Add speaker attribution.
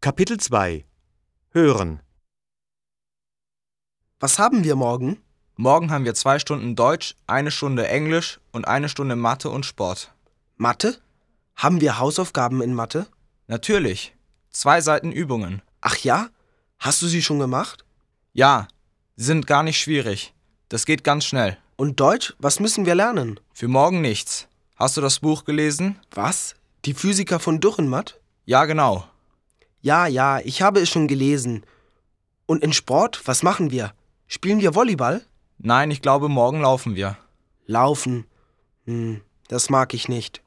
Speaker 1: Kapitel 2 Hören
Speaker 2: Was haben wir morgen?
Speaker 3: Morgen haben wir zwei Stunden Deutsch, eine Stunde Englisch und eine Stunde Mathe und Sport.
Speaker 2: Mathe? Haben wir Hausaufgaben in Mathe?
Speaker 3: Natürlich. Zwei Seiten Übungen.
Speaker 2: Ach ja? Hast du sie schon gemacht?
Speaker 3: Ja, sie sind gar nicht schwierig. Das geht ganz schnell.
Speaker 2: Und Deutsch, was müssen wir lernen?
Speaker 3: Für morgen nichts. Hast du das Buch gelesen?
Speaker 2: Was? Die Physiker von Dürrenmatt?
Speaker 3: Ja, genau.
Speaker 2: Ja, ja, ich habe es schon gelesen. Und in Sport, was machen wir? Spielen wir Volleyball?
Speaker 3: Nein, ich glaube, morgen laufen wir.
Speaker 2: Laufen. Hm, das mag ich nicht.